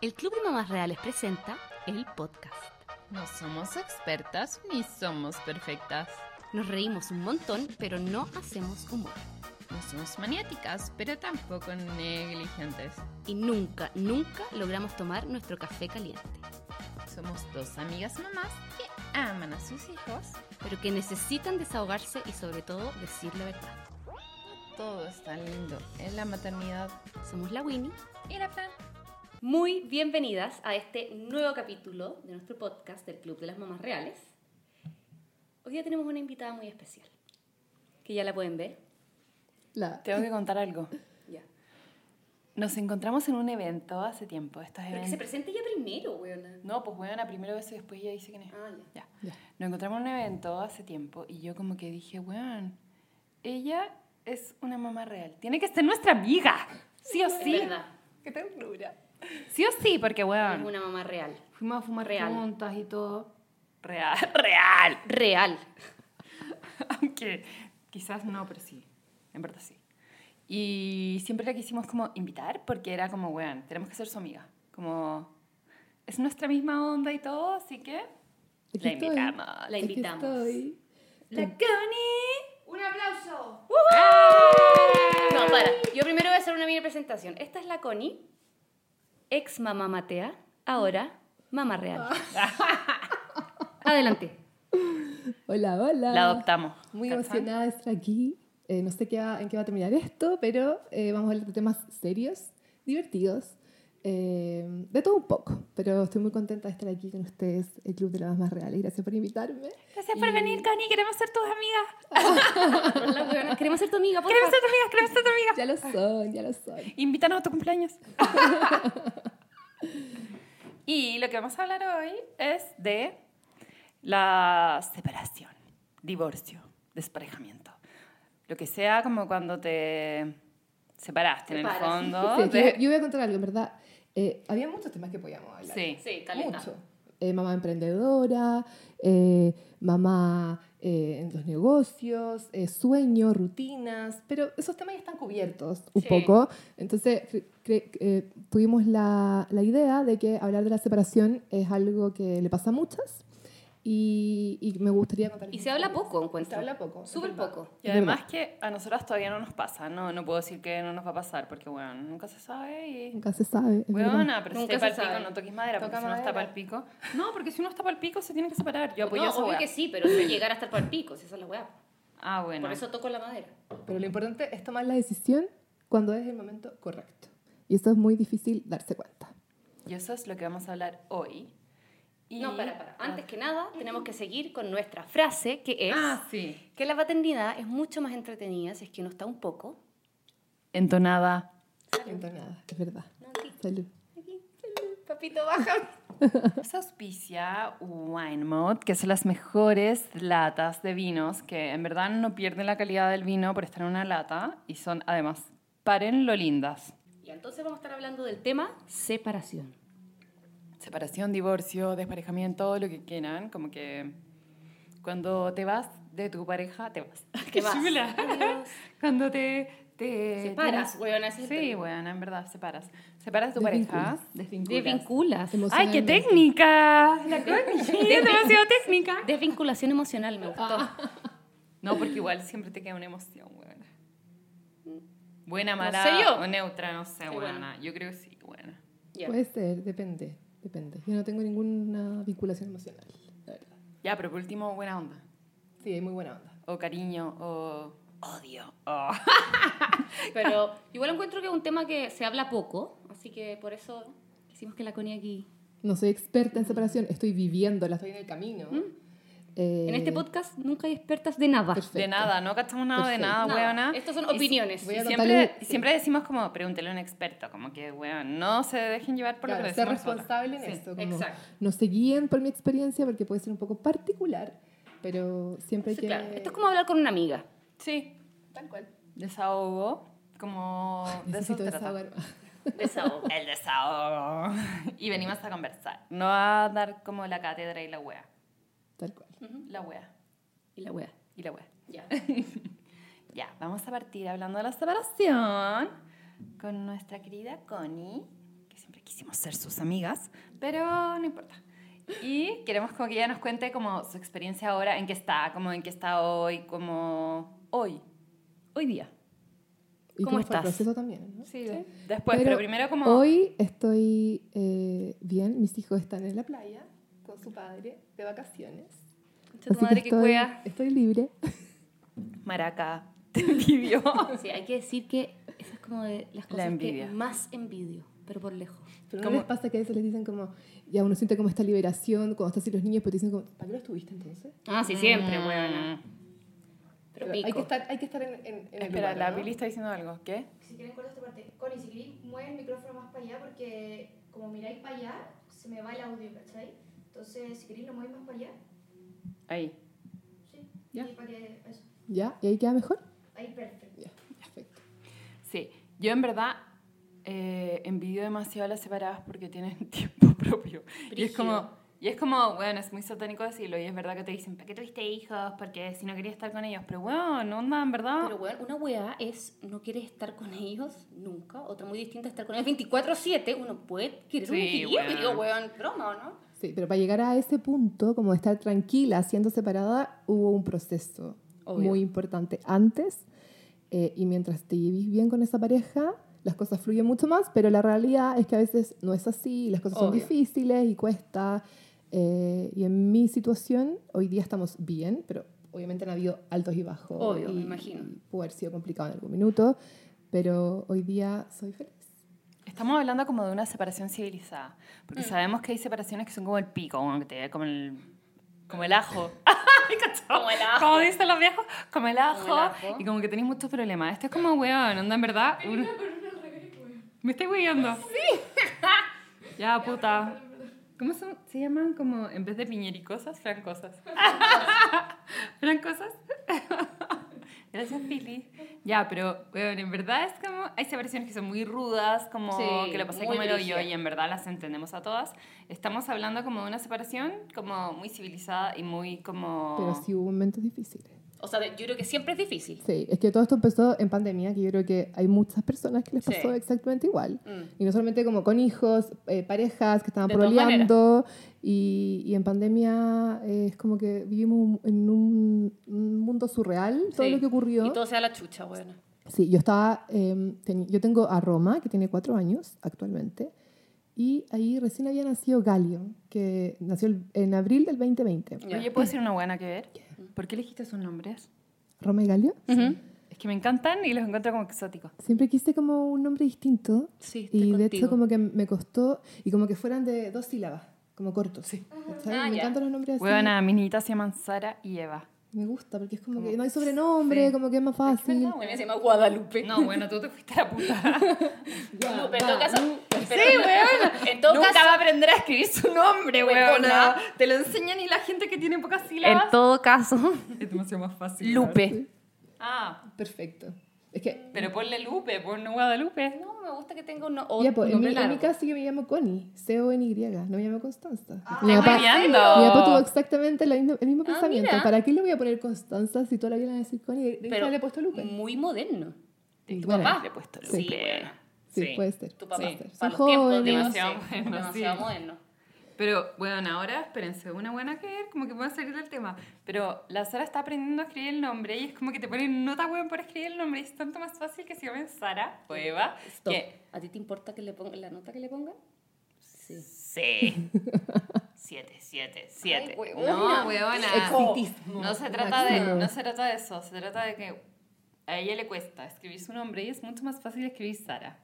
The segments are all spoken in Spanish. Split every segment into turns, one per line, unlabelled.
El Club de Mamás Reales presenta el podcast.
No somos expertas ni somos perfectas.
Nos reímos un montón, pero no hacemos humor.
No somos maniáticas, pero tampoco negligentes.
Y nunca, nunca logramos tomar nuestro café caliente.
Somos dos amigas mamás que aman a sus hijos.
Pero que necesitan desahogarse y sobre todo decir la verdad.
Todo está lindo en la maternidad.
Somos la Winnie.
Y la Fran.
Muy bienvenidas a este nuevo capítulo de nuestro podcast del Club de las Mamás Reales. Hoy día tenemos una invitada muy especial, que ya la pueden ver.
La.
Tengo que contar algo.
Ya.
Nos encontramos en un evento hace tiempo. Estos
Pero que se
eventos.
presente ya primero, weona.
No, pues bueno, primero eso y después ya dice quién es.
Ah, ya.
Ya.
Ya.
Nos encontramos en un evento hace tiempo y yo como que dije, weón, ella es una mamá real. Tiene que ser nuestra amiga. Sí o sí.
Es verdad,
Qué ternura.
Sí o sí, porque
es
weón.
una mamá real.
Fuimos a fumar
Real.
juntas y todo.
Real, real.
Real.
Aunque quizás no, pero sí. En verdad sí. Y siempre la quisimos como invitar porque era como, weón, tenemos que ser su amiga. Como, es nuestra misma onda y todo, así que
Aquí
la
estoy.
invitamos.
La
Aquí
invitamos.
estoy.
La Connie.
¡Un aplauso!
No, para. Yo primero voy a hacer una mini presentación. Esta es la Connie, ex mamá Matea, ahora mamá real.
Ah.
Adelante.
Hola, hola.
La adoptamos.
Muy
¿Cachai?
emocionada de estar aquí. Eh, no sé qué va- en qué va a terminar esto, pero eh, vamos a hablar de temas serios, divertidos, eh, de todo un poco. Pero estoy muy contenta de estar aquí con ustedes, el Club de las Más Reales. Gracias por invitarme.
Gracias por venir, Connie. Queremos ser tus amigas.
Hola, weona. Queremos ser tu amiga, por
Queremos
favor.
ser tus amigas. Queremos ser tus amigas.
Ya lo son, ya lo son.
Invítanos a tu cumpleaños. y lo que vamos a hablar hoy es de la separación, divorcio, desparejamiento. Lo que sea como cuando te separaste
Separas.
en el fondo.
Sí,
de-
yo, yo voy a contar algo, en verdad. Eh, había muchos temas que podíamos hablar.
Sí.
Sí, caleta.
Mucho. Eh, mamá emprendedora, eh, mamá eh, en los negocios, eh, sueño, rutinas, pero esos temas ya están cubiertos un
Sí.
poco. Entonces cre- cre- eh, tuvimos la, la idea de que hablar de la separación es algo que le pasa a muchas y, y me gustaría contar.
Y se habla poco, encuentro.
Se habla poco. es
Súper
verdad.
poco.
Y además que a nosotras todavía no nos pasa, no, no puedo decir que no nos va a pasar, porque bueno, nunca se sabe y...
Nunca se sabe. es verdad.
Weona, pero
Nunca
si
se
está pa'l
sabe.
pico, no toques madera,
Toca
porque si no está
madera.
pa'l pico... No, porque si uno está pa'l pico se tiene que separar, yo apoyo
no,
esa
obvio
weá.
que sí, pero no llegar hasta el palpico, si esa es la weá.
Ah, bueno.
Por eso toco la madera.
Pero lo importante es tomar la decisión cuando es el momento correcto. Y eso es muy difícil darse cuenta.
Y eso es lo que vamos a hablar hoy. Y-
No, para,
ah.
para. Antes que nada, tenemos que seguir con nuestra frase, que es
Ah, sí.
que la paternidad es mucho más entretenida si es que uno está un poco.
Entonada.
Entonada, es verdad.
No,
Salud.
Papito, baja.
Se auspicia Wine Mod, que son las mejores latas de vinos, que en verdad no pierden la calidad del vino por estar en una lata y son además, paren lo lindas.
Y entonces vamos a estar hablando del tema separación.
Separación, divorcio, desparejamiento, lo que quieran, como que cuando te vas de tu pareja, te vas.
Te vas.
chula.
Adiós.
Cuando te... te
Separas,
tienes-
weona, ese es el
Eh, Sí,
término.
weona, en verdad, separas. Separas de tu
Desvinculas.
pareja.
Desvinculas.
¡Ay, qué
Emocionalmente.
técnica! La Connie, es demasiado técnica.
Desvinculación emocional, me gustó.
No, porque igual siempre te queda una emoción, weona. Buena, mala
sé yo.
o neutra, no sé,
Sí,
weona.
bueno.
Yo creo que sí, buena.
Ya.
Puede ser, depende, depende. Yo no tengo ninguna vinculación emocional, la verdad.
Ya, pero por último, buena onda.
Sí, hay muy buena onda.
O cariño, o odio. o-
Pero igual encuentro que es un tema que se habla poco, así que por eso quisimos que la Connie aquí.
No soy experta en separación, estoy viviéndola, estoy en el camino. Eh,
En este podcast nunca hay expertas de nada.
Perfecto.
De nada, no gastamos nada
Perfecto.
de nada,
Nada.
weona.
Estas son
Y si-
opiniones.
Voy a
y
contarle-
siempre,
sí.
siempre decimos como, pregúntele a un experto, como que, weón, no se dejen llevar por
Claro,
lo que
ser
decimos nosotras.
responsable en
Sí.
esto. como
exacto.
No se guíen por mi experiencia porque puede ser un poco particular, pero siempre hay
Sí,
que...
claro. Esto es como hablar con una amiga.
Sí,
Tal cual.
desahogo, como... de eso
Necesito
trata.
desahogar.
Desahogo.
El desahogo. Y venimos a conversar. No a dar como la cátedra y la wea.
Tal cual.
La wea.
Y la wea.
Y la wea.
Ya.
Ya, vamos a partir hablando de la separación con nuestra querida Connie, que siempre quisimos ser sus amigas, pero no importa. Y queremos como que ella nos cuente como su experiencia ahora, en qué está, como en qué está hoy, como hoy, hoy día.
Y
¿Cómo
cómo fue el
estás?
proceso también, ¿no?
Sí, de-
Pues,
después, pero, primero como...
Hoy estoy eh, bien, mis hijos están en la playa con su padre de vacaciones.
Concha tu madre que
estoy,
cuea.
estoy libre.
Maraca te envidió.
Sí, hay que decir que esa es como de las cosas que
envidia.
más envidio, pero por lejos.
Pero
Como-
¿no les pasa que a veces les dicen como, ya uno siente como esta liberación cuando estás sin los niños, pero te dicen como, ¿para qué los tuviste entonces?
Ah, sí, siempre,
Mm.
Mm.
weona. Pero
hay, que
pico.
estar, hay que estar en, en, en el
Espera,
lugar,
la
¿no?
Billy está diciendo algo. ¿Qué?
Si quieren corto esta parte. Connie, si queréis, mueve el micrófono más para allá porque como miráis para allá, se me va el audio, ¿cachai? Entonces, si queréis, lo movéis más para allá.
Ahí.
Sí.
Ya.
Y para que... Eso.
¿Ya? ¿Y ahí queda mejor?
Ahí, perfecto.
Ya, perfecto.
Sí, yo en verdad eh, envidio demasiado a las separadas porque tienen tiempo propio. Y es como, y es como, bueno, es muy satánico decirlo y es verdad que te dicen, ¿para qué tuviste hijos? Porque si no querías estar con ellos, pero bueno, no onda, en
Ah.
verdad.
Pero weón, una weá es no quieres estar con ellos nunca. Otra muy distinta es estar con ellos 24-7. Uno puede querer un
Sí,
equilibrio.
weón.
Digo, weón, broma, ¿o ¿no?
Sí, pero para llegar a ese punto, como de estar tranquila, siendo separada, hubo un proceso
Obvio.
muy importante antes. eh, y mientras te llevís bien con esa pareja, las cosas fluyen mucho más, pero la realidad es que a veces no es así, y las cosas son
Obvio.
difíciles y cuesta. eh, y en mi situación, hoy día estamos bien, pero obviamente han habido altos y bajos.
Obvio,
y,
me imagino.
y pudo haber sido complicado en algún minuto, pero hoy día soy feliz.
Estamos hablando como de una separación civilizada, porque sabemos que hay separaciones que son como el pico, como, que te- como el, como el ajo. ¿Cachai?
Como el ajo.
Como dicen los viejos, como el ajo.
Como el ajo.
Y como que tenéis muchos problemas. Esto es como, weón, onda, en verdad. un- ¿Me estáis weyando? Sí. ya, puta. ¿Cómo son? se llaman como, en vez de piñericosas, francosas? ¿Francosas? Gracias, Pili. Ya, pero, weón, en verdad es como. Hay separaciones que son muy rudas, como
Sí,
que lo pasé
muy
como el hoyo
brígidas.
y en verdad las entendemos a todas. Estamos hablando como de una separación como muy civilizada y muy como.
Pero
Oh.
sí hubo momentos difíciles.
O sea, yo creo que siempre es difícil.
Sí, es que todo esto empezó en pandemia, que yo creo que hay muchas personas que les
Sí.
pasó exactamente igual.
Mm.
Y no solamente como con hijos, eh, parejas que estaban
De todas
proleando. Y, y en pandemia eh, es como que vivimos un- en un, un mundo surreal todo
Sí.
lo que ocurrió.
Y todo sea la chucha, weón.
Sí, yo estaba, eh, teni- yo tengo a Roma, que tiene cuatro años actualmente, y ahí recién había nacido Galio, que nació el- en abril del 2020.
Ya.
Oye, ¿puedo decir una buena que ver? ¿Por qué elegiste esos nombres?
Roma y Galio.
Es que me encantan y los encuentro como exóticos.
Siempre quise como un nombre distinto.
Sí, estoy
Y de
contigo.
hecho como que me costó, y como que fueran de dos sílabas, como cortos. Sí.
Ah,
me
ya.
encantan los nombres así.
Buena, mis niñitas se llaman Sara y Eva.
Me gusta, porque es como, que no hay sobrenombre,
Ah, sí.
como que es más fácil.
La weona se llama Guadalupe.
No, bueno, tú te fuiste a la puta.
Guadalupe, en todo caso. pero-
Sí, weón.
En todo
Nunca
caso.
va a aprender a escribir su nombre, weón.
Huevona.
Te lo enseñan y la gente que tiene pocas sílabas.
En todo caso,
Es demasiado más fácil.
Lupe.
Ah,
Perfecto. Es que,
pero ponle Lupe, ponle Guadalupe.
No, me gusta que tenga un, no- o-
ya, pues, en, mi,
nombre
en mi
largo.
casa sí que me llamo Connie, C-O-N-Y, no me llamo Constanza.
Ah,
mi,
Estoy
papá,
hueveando.
mi papá tuvo exactamente la misma- el mismo pensamiento.
mira.
¿Para qué le voy a poner Constanza si toda la vida le van a decir Connie? De hecho,
Pero mm,
le he puesto Lupe.
muy moderno.
¿Tu
Bueno,
papá? Le he puesto Lupe.
sí.
weón.
Sí, puede ser.
Tu papá.
puede ser.
Para
Son
los tiempos, digo,
jóvenes.
sí,
Demasiado moderno,
demasiado
sí.
moderno.
Pero, bueno, ahora, espérense, una buena que ver, como que pueden salir del tema. Pero la Sara está aprendiendo a escribir el nombre y es como que te ponen nota, weón, por escribir el nombre. Y es tanto más fácil que se llamen Sara o Eva.
Stop.
Que,
¿A ti te importa que le ponga la nota que le ponga? Sí.
sí. Siete, siete, siete.
Ay, weona.
no, weona.
Exitismo.
No se, trata de,
Máximo.
no se trata de eso, se trata de que a ella le cuesta escribir su nombre y es mucho más fácil escribir Sara.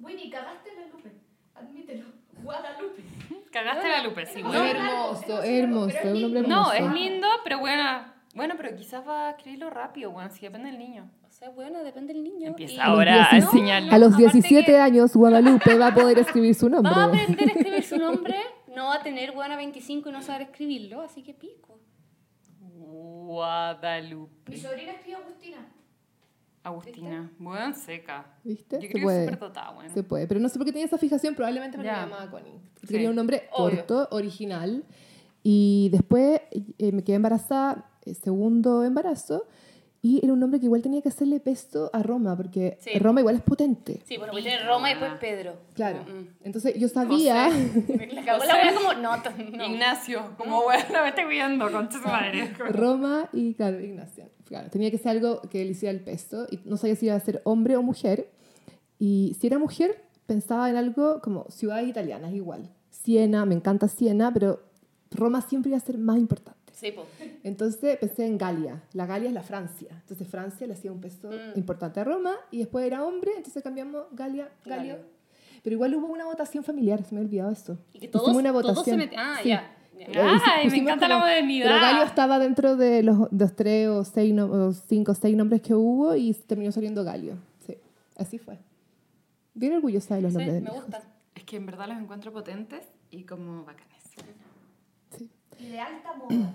Winnie, cagaste la Lupe. Admítelo. Guadalupe.
Cagaste la Lupe, sí, weón.
Hermoso, hermoso, un nombre hermoso.
No, es lindo, pero bueno. Bueno, pero quizás va a escribirlo rápido, bueno, si depende del niño.
O sea, bueno, depende del niño.
Empieza
y-
A los
Ahora,
16
enseñale.
A los
Aparte
17
que-
años, Guadalupe va a poder escribir su nombre.
Va a aprender a escribir su nombre, no va a tener buena 25 y no saber escribirlo, así que pico.
Guadalupe.
Mi sobrina escribe Agustina.
Agustina. Buen seca.
¿Viste?
Yo
Se
creo que es
puede.
súper dotada,
Ah,
bueno.
Se puede, pero no sé por qué tenía esa fijación, probablemente me lo
Ya.
llamaba Connie.
Sí.
Quería un nombre
Obvio.
corto, original. Y después eh, me quedé embarazada, eh, segundo embarazo, Y era un nombre que igual tenía que hacerle pesto a Roma, porque
Sí.
Roma igual es potente.
Sí, bueno, pues tiene Roma y después Pedro.
Claro.
Mm.
Entonces yo sabía.
La cagó la wea como, no, to- no.
Ignacio, como bueno, me estoy cuidando, concha su madre.
Roma y claro, Ignacia. Claro, tenía que ser algo que le hiciera el pesto. Y no sabía si iba a ser hombre o mujer. Y si era mujer, pensaba en algo como ciudades italianas igual. Siena, me encanta Siena, pero Roma siempre iba a ser más importante.
Sí, po.
Entonces pensé en Galia. La Galia es la Francia. Entonces Francia le hacía un peso
Mm.
importante a Roma y después era hombre, entonces cambiamos Galia, Galio.
Galio.
Pero igual hubo una votación familiar, se me ha olvidado eso.
Y que todos,
Hicimos una
todos se
votación.
meten. Ah,
Sí.
ya. ya.
Eh, hici-
Ay, me
pusimos
encanta la modernidad.
Pero Galio estaba dentro de los, de los tres o seis, no- o cinco o seis nombres que hubo y terminó saliendo Galio. Sí, así fue. Bien orgullosa de los
Sí,
nombres de
me
mis
gusta.
hijos.
Es que en verdad los encuentro potentes y como bacanes.
Sí.
Y de alta moda.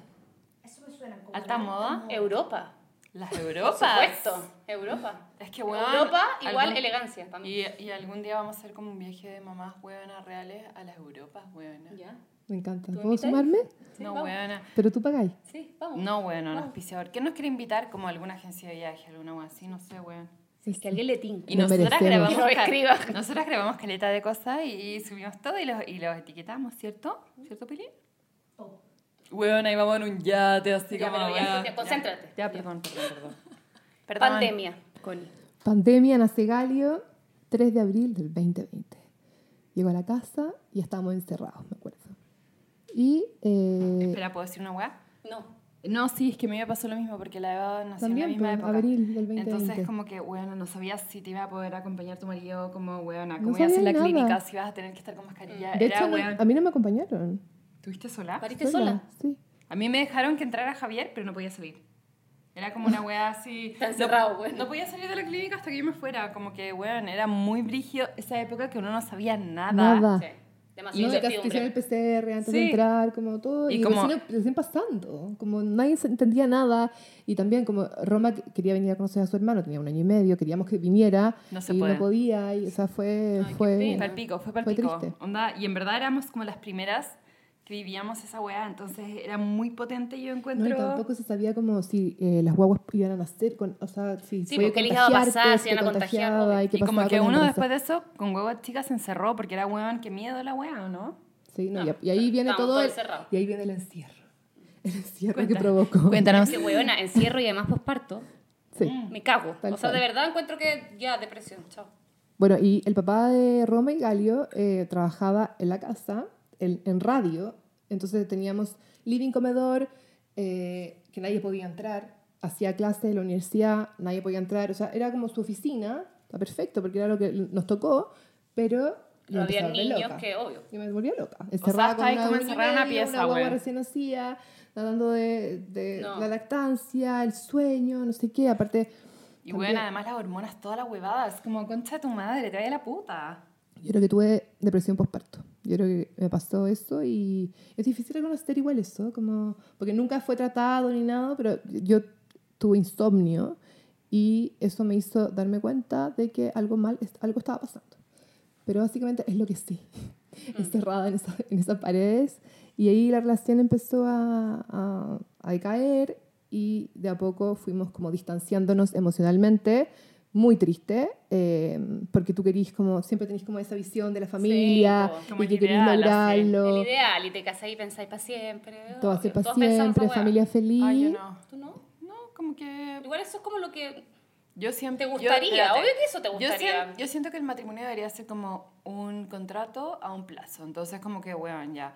Eso me suena como.
¿Alta moda?
Europa.
Las
Por
Europas.
supuesto. Europa.
Es que weón,
Europa igual
Ah, algún-
elegancia también.
Y, y algún día vamos a hacer como un viaje de mamás hueonas reales a las Europas, hueonas.
¿Ya?
Me encanta.
¿Tú
¿Puedo
invitáis?
sumarme?
Sí,
No,
vamos.
hueona.
Pero tú pagáis.
Sí, vamos.
No, hueona, no,
Vamos.
auspiciador. ¿Qué nos quiere invitar? Como alguna agencia de viaje, alguna hueá así, no sé, hueón.
Sí,
Que alguien le tinca.
Y
Nos
nosotras
merecemos.
grabamos,
Que nos
ca-
escriba.
nosotras grabamos caleta de cosas y, subimos todo y los, y los etiquetamos, ¿cierto? ¿Cierto, Pili?
Todo.
Oh. Weón, ahí vamos en un yate, así
Ya,
como...
pero ya,
weón.
ya, concéntrate.
Ya, perdón, perdón, perdón. Perdón.
Pandemia, Connie.
Pandemia nace Galio, 3 de abril del 2020. Llego a la casa y estábamos encerrados, me acuerdo. Y eh,
Espera, ¿puedo decir una weá?
No.
No, sí, es que a mí me pasó lo mismo porque la Eva nació
También,
en la misma
pues,
época.
abril del 2020.
Entonces, como que, bueno, no sabías si te iba a poder acompañar tu marido, como, weona,
No
cómo ibas a hacer la
sabía nada.
clínica, si ibas a tener que estar con mascarilla.
de
Era,
hecho, no-
weón,
a mí no me acompañaron.
¿Tuviste sola?
Pariste sola.
Sí.
A mí me dejaron que entrara Javier, pero no podía salir. Era como una weá así.
Está encerrado,
no,
weón.
No podía salir de la clínica hasta que yo me fuera. Como que, weón, era muy brígido esa época que uno no sabía nada.
Nada.
Sí.
Ah. No,
Demasiado
de que te hicieron el
incertidumbre.
PCR antes de
Sí.
entrar, como todo.
Y
Y,
como-
recién, recién pasando. Como nadie se entendía nada. Y también, como Roma que- quería venir a conocer a su hermano, tenía un año y medio, queríamos que viniera.
No se
y
puede.
no podía. Y, o sea, fue.
qué
fue
pena.
Fue al pico, fue para
Fue
pico.
triste.
Onda, y en verdad éramos como las primeras que vivíamos esa weá, entonces era muy potente yo
No,
encuentro.
y tampoco se sabía como si eh, las guaguas iban a nacer, con, o sea, si
Sí,
podía
porque les iba a
contagiarte,
pasar,
si
se iban
te
a contagiar,
contagiaba,
obvio.
y qué
y como
pasaba
que
con la
uno
empresa.
después de eso, con huevos chicas, se encerró porque era weón, qué miedo la weá, ¿o no?
Sí, no,
No,
y, y ahí viene
estábamos
todo
todos
el,
encerrados.
y ahí viene el encierro. El encierro
Cuenta-
que provocó.
Cuéntanos.
Que huevona, encierro y además posparto.
Sí.
Me cago.
Tal
o sea,
cual.
de verdad encuentro que ya, depresión, chao.
Bueno, y el papá de Roma y Galio eh, trabajaba en la casa, en, en radio, entonces teníamos living comedor, eh, que nadie podía entrar, hacía clases en la universidad, nadie podía entrar, o sea, era como su oficina, está perfecto, porque era lo que nos tocó, pero... yo
No había
empezaba a volver
niños
loca.
que, obvio.
Yo me volvía loca. Encerrada
estabais como
con una,
encerrada en una
una pieza,
pieza,
una guagua
güey.
recién nacida, hablando de, de
No.
la lactancia, el sueño, no sé qué. Aparte,
Y
también,
weón, además las hormonas, todas las huevadas, como concha de tu madre, te vaya la puta.
yo creo que tuve depresión postparto. Yo creo que me pasó eso y es difícil reconocer igual eso, como, porque nunca fue tratado ni nada, pero yo tuve insomnio y eso me hizo darme cuenta de que algo mal, algo estaba pasando. Pero básicamente es lo que sí, encerrada en, esa- en esas paredes. Y ahí la relación empezó a, a, a decaer y de a poco fuimos como distanciándonos emocionalmente, muy triste, eh, porque tú querís como, siempre tenés como esa visión de la familia
po,
como
y
el
que querís
ideal, así.
lograrlo,
El ideal, y te casáis y pensáis para siempre.
todo va a ser
obvio.
para
Todos pensamos
siempre,
esa hueá.
familia feliz.
Ay, yo no.
¿Tú no?
No, como que.
Igual eso es como lo que
Yo siempre.
te
yo-
gustaría.
espérate.
obvio que eso te
Yo,
gustaría.
sien- yo siento que el matrimonio debería ser como un contrato a un plazo. Entonces, como que, weón, ya.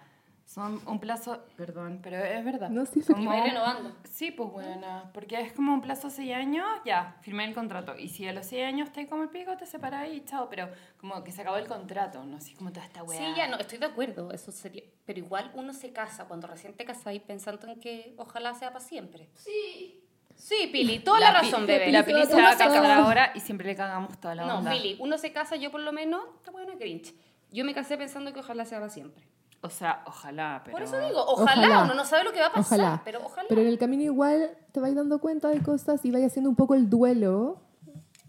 Son un plazo, perdón, pero es verdad.
No, sí,
Y
Como-
vais renovando.
Sí, pues buena, porque es como un plazo de 6 años, ya, firmé el contrato. Y si a los 6 años estáis como el pico, te separáis y chao, pero como que se acabó el contrato, no así como toda esta weá.
Sí, ya no, estoy de acuerdo, eso sería. Pero igual uno se casa cuando recién te casáis pensando en que ojalá sea para siempre.
Sí.
Sí, Pili, toda la,
Pi-
razón, bebé.
La Pili se
Uno
va a
se
casar
casa-
ahora y siempre le cagamos toda la
No,
onda.
Pili, uno se casa, yo por lo menos, esta buena cringe. Yo me casé pensando que ojalá sea para siempre.
O sea, ojalá, pero...
Por eso digo, ojalá,
Ojalá.
uno no sabe lo que va a pasar,
Ojalá.
pero ojalá.
Pero en el camino igual te vais dando cuenta de cosas y vais haciendo un poco el duelo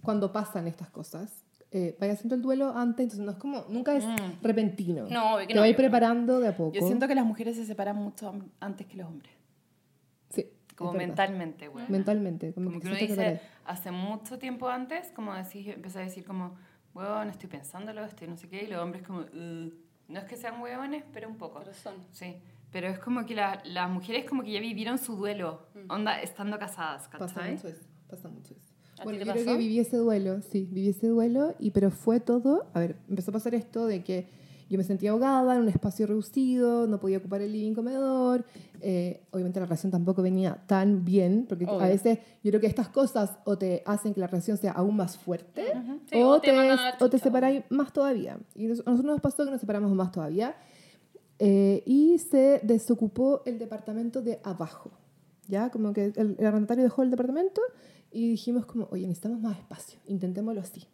cuando pasan estas cosas. Eh, vais haciendo el duelo antes, entonces no es como, nunca es repentino.
Mm. No, obvio
te
que no,
vais
obvio que no.
preparando de a poco.
Yo siento que las mujeres se separan mucho am- antes que los hombres.
Sí.
como
verdad.
mentalmente, güey.
mentalmente. Como,
Como
que
que uno
siento que
dice,
para-
hace mucho tiempo antes, como decís, empecé a decir como, weón, estoy pensándolo, estoy no sé qué, y los hombres como, "Ugh". no es que sean weones, pero un poco.
Pero son.
Sí, pero es como que la- las mujeres como que ya vivieron su duelo, onda, estando casadas,
pasa
¿cachai?
mucho eso, pasa mucho eso.
¿A ti
Bueno,
te
yo creo
pasó?
que viví ese duelo, sí, viví ese duelo, y, pero fue todo, a ver, empezó a pasar esto de que yo me sentía ahogada en un espacio reducido, no podía ocupar el living comedor, eh, obviamente la relación tampoco venía tan bien, porque
Obvio.
a veces yo creo que estas cosas o te hacen que la relación sea aún más fuerte,
Sí,
o,
o
te,
te mandan a la
o te
chucha,
separáis más todavía. Y nos- a nosotros nos pasó que nos separamos más todavía, eh, y se desocupó el departamento de abajo. Ya, como que el, el arrendatario dejó el departamento y dijimos como, oye, necesitamos más espacio, intentémoslo así.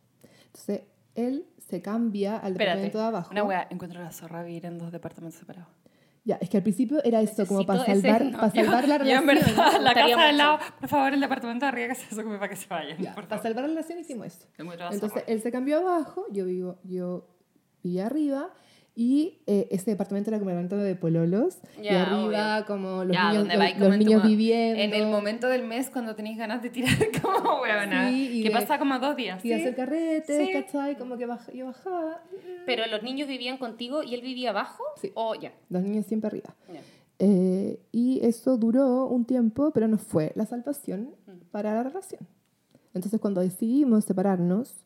Entonces, él se cambia al
Espérate,
departamento de abajo.
una wea, encuentro a la zorra vivir en dos departamentos separados.
Ya, es que al principio era eso, como para
Necesito ese-
salvar,
no,
para salvar la
Y en verdad,
relación.
la
gustaría
casa del
mucho.
lado, por favor, el departamento de arriba que se desocupe para que se vayan,
Ya,
por
para
favor.
salvar la relación hicimos esto.
Encuentro a la
Entonces
zorra.
él se cambió abajo, yo vivo, yo vivía arriba y eh, ese departamento era como el departamento de pololos y
Ya,
arriba como los
Ya,
niños,
donde
los,
vais como
los
en tu
niños
mo-
viviendo
En el momento del mes cuando tenéis ganas de tirar como huevona.
Sí, y
que
de-
pasa como dos días.
y de hacer carretes,
Sí.
¿cachai? Como que baj- yo bajaba,
Pero los niños vivían contigo y él vivía abajo.
Sí.
O ya.
los niños siempre arriba.
ya.
Eh, y eso duró un tiempo, pero no fue la salvación
Mm.
para la relación. Entonces, cuando decidimos separarnos,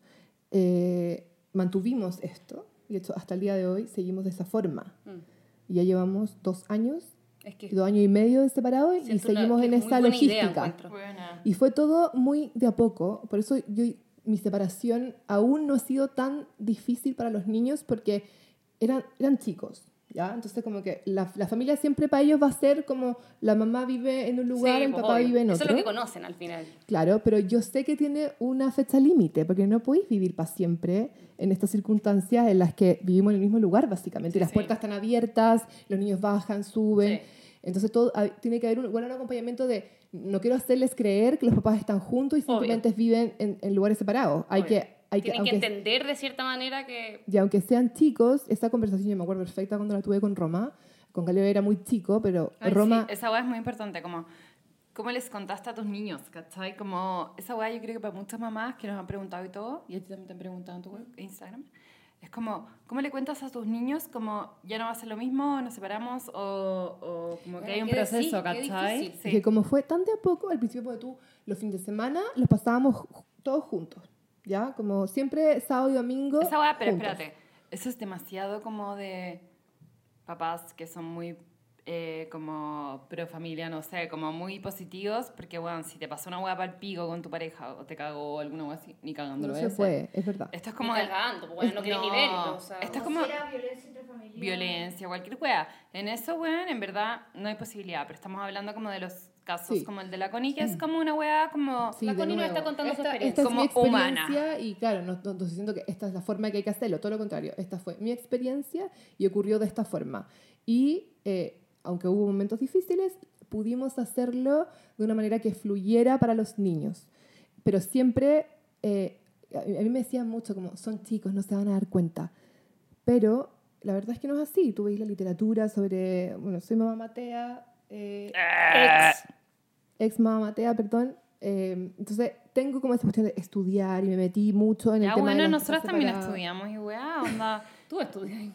eh, mantuvimos esto, y de hecho, hasta el día de hoy seguimos de esa forma.
Mm.
Y ya llevamos dos años,
Es que
dos años y medio de separados y
siento la-
seguimos
que
en
es muy
esa
buena idea,
logística.
encuentro.
Huevona.
Y fue todo muy de a poco, por eso yo, mi separación aún no ha sido tan difícil para los niños porque eran, eran chicos, ¿ya? Entonces como que la, la familia siempre para ellos va a ser como la mamá vive en un lugar,
Sí,
el
pues,
papá
obvio.
vive en
Eso
otro.
es lo que conocen al final.
Claro, pero yo sé que tiene una fecha límite, porque no podéis vivir para siempre en estas circunstancias en las que vivimos en el mismo lugar, básicamente. y las
sí.
puertas están abiertas, los niños bajan, suben.
Sí.
Entonces, todo hay- tiene que haber un, igual un acompañamiento de no quiero hacerles creer que los papás están juntos y
Obvio.
simplemente viven en, en lugares separados. Hay
Obvio.
que, hay que,
Tienen que
aunque,
entender de cierta manera que
y aunque sean chicos, esa conversación yo me acuerdo perfecta cuando la tuve con Roma. Con Galileo era muy chico, pero
Ay,
Roma.
sí, esa hueá es muy importante, como cómo les contaste a tus niños, ¿cachai? Como esa hueá yo creo que para muchas mamás que nos han preguntado y todo, y a ti también te han preguntado en tu web- Instagram, es como, ¿cómo le cuentas a tus niños como ya no va a ser lo mismo, nos separamos o, o como que
Ay,
hay un
Eh, qué
proceso,
difícil, qué
¿cachai?
difícil.
Sí.
Que como fue tan de a poco, al principio de tú, los fines de semana los pasábamos ju- todos juntos, ¿ya? Como siempre, sábado y domingo.
Esa hueá, pero
juntos.
espérate, eso es demasiado como de papás que son muy eh, como pro familia, no sé, como muy positivos, porque bueno, si te pasó una hueá para el pico con tu pareja o te cagó o alguna hueá así, ni cagando
No
lo voy a
se
hacer.
puede, es verdad.
Esto es
como
como
ni
de
cagando, pues, bueno, no quieres ni
No.
verlo. O sea,
Esto es
no
como-
Si era violencia intrafamiliar.
violencia, cualquier hueá. En eso, weón, en verdad no hay posibilidad, pero estamos hablando como de los casos
Sí.
como el de la Connie, que es como una hueá como...
Sí,
La
de
Connie nos
nuevo.
está contando su
Esta-
experiencia.
Esta es mi
Como humana.
experiencia y claro, no, no- no estoy diciendo que esta es la forma que hay que hacerlo, todo lo contrario. Esta fue mi experiencia y ocurrió de esta forma. Y eh, aunque hubo momentos difíciles, pudimos hacerlo de una manera que fluyera para los niños. Pero siempre, eh, a a mí me decían mucho como, son chicos, no se van a dar cuenta. Pero la verdad es que no es así. Tú veis la literatura sobre, bueno, soy mamá Matea. eh,
ex.
ex mamá Matea, perdón. Eh, entonces, tengo como esa cuestión de estudiar y me metí mucho en el
Ya,
tema de
bueno,
las
nosotros
casas
también
separadas.
estudiamos y hueá, onda...
Tú estudias.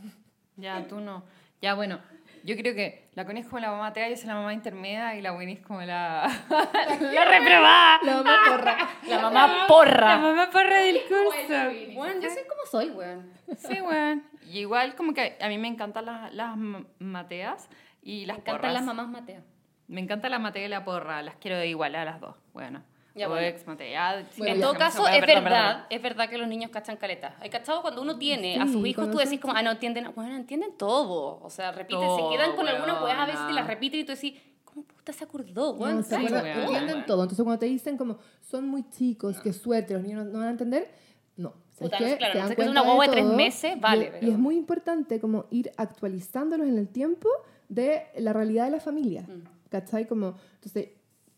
Ya, tú no. Ya, bueno, yo creo que la Connie es como la mamá tea, yo soy la mamá intermedia y la Winnie es como la... ¡La reprobada!
La mamá porra.
La mamá porra.
La mamá porra del curso.
Bueno, yo soy como soy, weón.
Sí, weón. Y igual como que a mí me encantan las, las ma- mateas y
Me
las
encantan
porras.
las mamás Matea.
Me encanta la matea y la porra, las quiero igual a las dos. Bueno,
Ya,
o
bueno.
ex matea. sí,
Bueno,
ya,
en todo
que me
caso,
se-
es
perdón,
verdad,
perdón.
es verdad que los niños cachan caletas. Hay cachado cuando uno tiene a
Sí,
sus hijos, tú
conoces-
decís como, ah, no entienden, bueno, entienden todo. O sea, repiten,
Todo,
se quedan con algunas weas a veces y
weona.
las repiten y tú decís, ¿cómo puta se acordó, weón?
No, se
Sí,
acuerdan,
weón.
entienden todo. Entonces, cuando te dicen como, son muy chicos, qué suerte, los niños no, no van a entender, no.
Puta,
¿Sabes
no sé,
qué?
claro,
Se
no
dan
sé qué es
cuenta
una guagua de
de
tres
todo.
meses,
Y-
vale,
Y,
pero-
es muy importante como ir actualizándolos en el tiempo
Mm.
de la realidad de la familia. ¿Cachai? Como, entonces,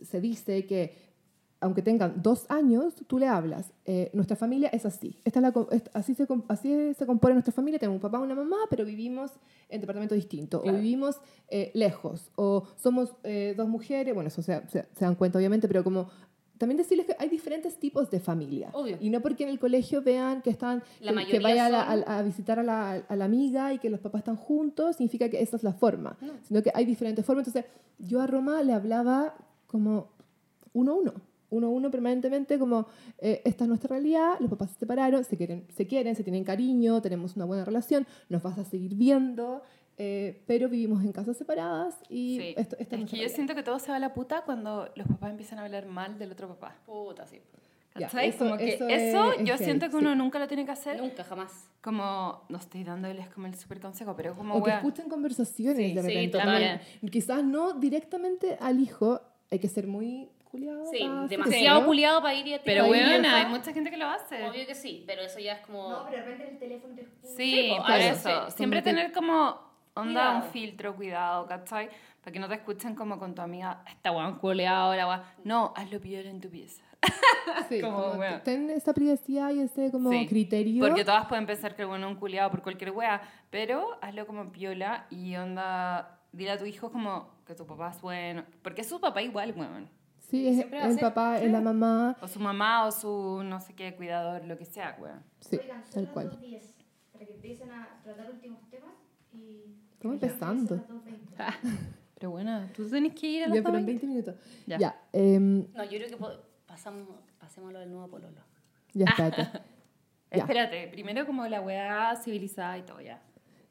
se dice que aunque tengan dos años, tú le hablas. eh, nuestra familia es así. Esta es la co- est- así, se, com- así se compone nuestra familia. Tenemos un papá, una mamá, pero vivimos en departamentos distintos. O vivimos eh, lejos. O somos eh, dos mujeres. Bueno, eso se, se- se dan cuenta, obviamente, pero como. También decirles que hay diferentes tipos de familia.
Obvio.
Y no porque en el colegio vean que están.
La
que- que,
mayoría
vaya a, la-
son-
a- a visitar a la, a la amiga y que los papás están juntos, significa que esa es la forma. Sino que hay diferentes formas. Entonces, yo a Roma le hablaba como uno a uno, uno a uno permanentemente, como eh, esta es nuestra realidad, los papás se separaron, se quieren, se quieren, se tienen cariño, tenemos una buena relación, nos vas a seguir viendo, eh, pero vivimos en casas separadas y
Sí.
esto, esta es
es
nuestra
que yo
realidad.
siento que todo se va a la puta cuando los papás empiezan a hablar mal del otro papá. Puta, sí.
Ya,
¿Cachai?
eso-
como que eso,
eso es- es
yo
heavy,
siento que
sí.
uno nunca lo tiene que hacer.
Nunca, jamás.
Como, no estoy dándoles como el super consejo, pero como,
O que
wea,
escuchen conversaciones
Sí,
de
sí,
repente.
total.
También. Quizás no directamente al hijo, hay que ser muy culiado.
Sí,
para-
demasiado
¿no?
culiado para ir y a
Pero
Ahí
tirar
bueno,
mierda.
hay mucha gente que lo hace.
Obvio que sí, pero eso ya es como...
No, pero de repente en el teléfono te...
Sí,
pues,
por
a
eso.
veces, como
Siempre
que-
tener como onda
Cuidado.
un filtro, cuidado, ¿cachai? Para que no te escuchen como con tu amiga, esta weón culeado, ahora weá. No, hazlo peor en tu pieza.
Sí,
Como,
como
bueno.
ten esa privacidad y ese como
Sí,
criterio.
Porque todas pueden pensar que el bueno es un culeado por cualquier wea, pero hazlo como piola y onda, dile a tu hijo como que tu papá es bueno, porque es su papá igual, weón.
sí, es
siempre va a
el
ser-
papá, es la mamá.
O su mamá o su no sé qué cuidador, lo que sea, weón.
Sí,
Oigan, son
tal
las
cual.
2.10, para que empiecen a tratar últimos temas y...
Estamos
Ya,
empezando.
son las 2:20.
Pero bueno, tú tenés que ir a
Ya,
la
pero en 20 minutos. Ya.
Ya.
em,
No, yo creo que po- pasamos, pasemos lo del nuevo pololo. Ah.
ya está. Ya.
Espérate, primero como la weá civilizada y todo, ya.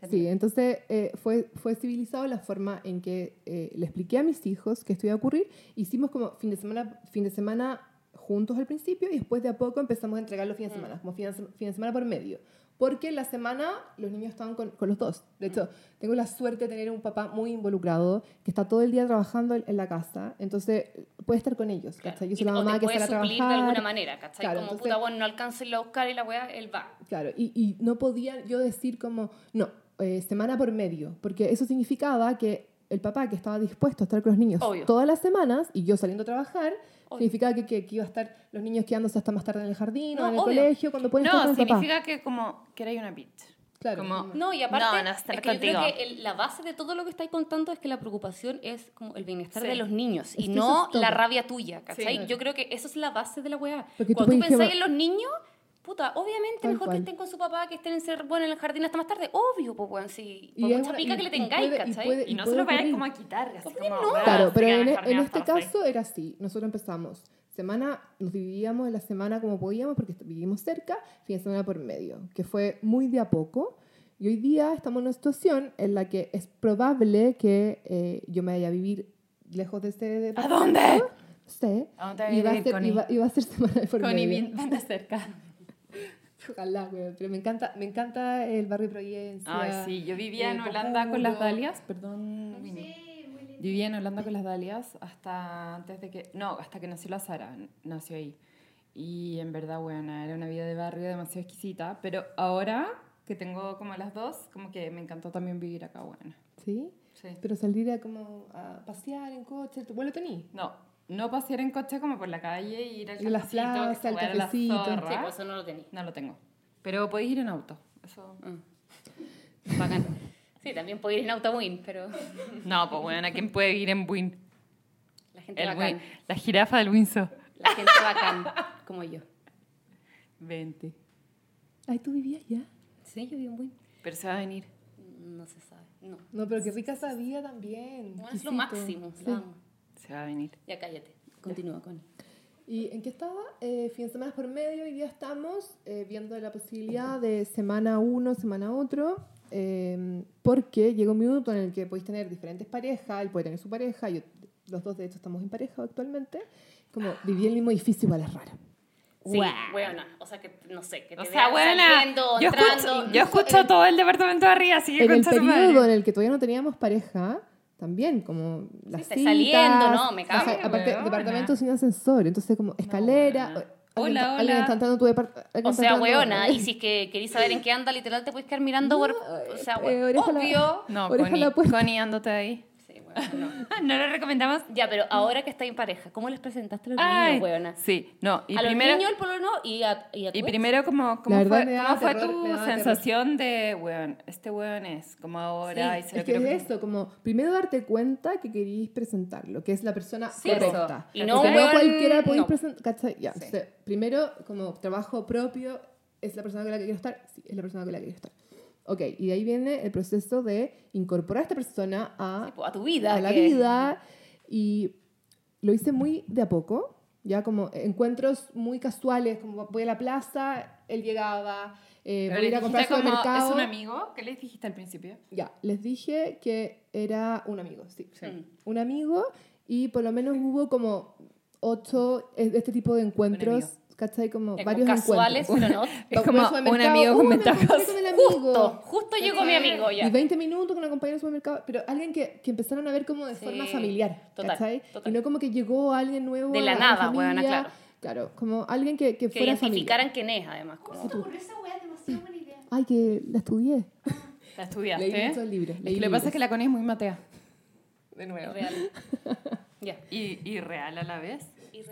Sí, entonces eh, fue, fue civilizado la forma en que eh, le expliqué a mis hijos que esto iba a ocurrir. Hicimos como fin de semana, fin de semana juntos al principio y después de a poco empezamos a entregar los fines
Mm.
de semana, como fin de, se- fin de semana por medio. Porque la semana los niños estaban con, con los dos.
Mm.
De hecho, tengo la suerte de tener un papá muy involucrado que está todo el día trabajando en en la casa. Entonces, puede estar con ellos. ¿cachai? Yo soy la
o
mamá
te
que
puede
sale a
suplir
trabajar.
de alguna manera, ¿cachai?
Claro,
como,
entonces-
puta, bueno, no alcanzo a ir a buscar y la weá, él va.
Claro, y, y no podía yo decir como, no, eh, semana por medio, porque eso significaba que el papá que estaba dispuesto a estar con los niños
Obvio.
todas las semanas y yo saliendo a trabajar,
Obvio.
significaba que, que, que iba a estar los niños quedándose hasta más tarde en el jardín o
No,
en el
obvio.
colegio, cuando pueden estar con
No,
el papá.
significa que como que eres una bitch.
Claro,
como-
como-
No, y aparte,
No, no, estar
es que yo creo
contigo.
que el- la base de todo lo que estáis contando es que la preocupación es como el bienestar
Sí.
de los niños
Es
y
que
no
eso es todo.
la rabia tuya, ¿cachai?
claro.
Yo creo que eso es la base de la weá.
Porque tú
Cuando tú,
puedes
pensáis
llevar-
en los niños, puta, obviamente
Tal
mejor
cual.
que estén con su papá, que estén en ser bueno en el jardín hasta más tarde. Obvio, pues weón, si por
es
mucha
una-
pica
y-
que le
y
tengáis,
puede-
¿cachai?
puede-
Y no se lo
ocurrir.
vayan como a quitar, así como... "Weá,
Claro,
se
pero
quedan
en, e- en
jardinadas
este
todas".
caso era así. Nosotros empezamos semana, nos dividíamos en la semana como podíamos porque est- vivimos cerca, fin de semana por medio, que fue muy de a poco. Y hoy día estamos en una situación en la que es probable que eh, yo me vaya a vivir lejos de este
¿A
departamento.
dónde?
No sé.
¿A dónde te vas a
Y va a
vivir,
ser,
Connie?
y va- y va a ser semana de por
Connie,
medio.
bien, vente cerca.
Ojalá, güey. Pero me encanta, me encanta el barrio Providencia.
Ay, sí, yo vivía en
eh,
Holanda con las
Coquimbo.
dalias, perdón, Winnie.
Sí, muy
Yo
lindo.
vivía en Holanda con las dalias hasta antes de que... No, hasta que nació la Sara, n- nació ahí. Y en verdad, bueno, era una vida de barrio demasiado exquisita, pero ahora que tengo como las dos, como que me encantó también vivir acá, bueno.
Sí.
Sí.
Pero salir a como a pasear en coche, ¿tu vuelo tení?
No, no pasear en coche como por la calle y ir al
Y las
cafecito, que
plazas,
esa
el
weá era la
cafecito.
zorra.
Sí, pues eso no lo tenía.
No lo tengo. Pero podéis ir en auto. Eso...
Mm.
Bacán. Sí, también puedo ir en autowin, pero
No, pues bueno, ¿a quién puede ir en Buin?
la gente
El
bacán.
Buin. La jirafa del Winso.
La gente bacán, como yo.
Vente.
Ay, ¿tú vivías ya?
Sí, yo vi un Buin.
Pero se va a venir.
No se sabe, no.
No, pero qué rica sabía también.
Bueno, es
Exquisito.
lo máximo,
Sí.
la amo.
Se va a venir.
Ya cállate, continúa con
¿Y en qué estaba? Eh, fin de semana por medio, hoy día estamos eh, viendo la posibilidad de semana uno, semana otro, eh, porque llega un minuto en el que podéis tener diferentes parejas, él puede tener su pareja, yo, los dos de hecho estamos en pareja actualmente, como vivir en el mismo edificio igual es raro.
Sí,
Guau.
weona. O sea, que no sé, que te
O sea,
vean
buena.
saliendo,
Yo
entrando.
escucho, yo escucho todo el departamento de arriba, así que
en el
concha su madre.
periodo en el que todavía no teníamos pareja, también, como las
está
citas,
saliendo, no, me
o sea,
cago,
aparte,
weona.
departamento sin ascensor, entonces como
weona.
escalera, alguien,
Hola,
está- alguien
hola.
está entrando a tu departamento.
O sea, weona, y si es que querés saber en qué anda, literal te puedes quedar mirando por... O sea,
eh,
we-
oreja la-
obvio.
No,
Oreja a la
Connie,
puerta.
Connie, ándate de ahí.
Sí, no.
no lo recomendamos.
eh,
Ya, pero ahora que estáis en pareja, ¿cómo les presentaste a los
Ay,
niños, huevona?
sí, no. Y
a
primero,
los niños, el polo no, y a, y a
y
tu
primero como, como
La verdad me
fue,
daba
cómo fue
terror, me
tu
daba terror.
sensación de, weón, este weón es como ahora y se lo
Es que
quiero
es eso, como primero darte cuenta que queréis presentarlo, que es la persona
Sí,
correcta.
eso. Y no
Porque
un weón-
cualquiera podéis
no.
presentar. ¿cachai? Ya,
Sí.
o sea, primero, como trabajo propio, ¿es la persona con la que quiero estar? Sí, es la persona con la que quiero estar. Ok, y de ahí viene el proceso de incorporar a esta persona a
Tipo, a tu vida.
a la
pues, que-
vida. Y lo hice muy de a poco, ya como encuentros muy casuales, como voy a la plaza, él llegaba, eh,
Pero
voy a
le
ir a comprar
dijiste
al
como,
mercado.
¿Es un amigo? ¿Qué les dijiste al principio?
Ya, les dije que era un amigo, sí.
Mm.
Un amigo y por lo menos hubo como ocho eh, de este tipo de encuentros, ¿cachai? Como
Ya, como
varios
casuales,
encuentros.
pero
Es
Voy
no.
como
al supermercado,
un amigo con
"Uh, me
ventajas".
encontré con el amigo.
Justo, justo llegó mi amigo ya.
Y 20 minutos con la compañera del supermercado, pero alguien que, que empezaron a ver como de
Sí,
forma familiar,
total,
¿cachai?
total.
Y no como que llegó alguien nuevo
De
a
la nada, huevona,
familia.
claro.
Claro, como alguien que, que
Que
fuera familiar.
identificaran quién es, además. como-
¿Cómo se te ocurrió esa weá? Es demasiado buena idea.
Ay, que la estudié.
¿La estudiaste?
Leí muchos libros,
Es
leí
que lo que pasa
libros.
es que la Connie es muy matea. De nuevo.
Real. Ya.
Y, y real a la vez.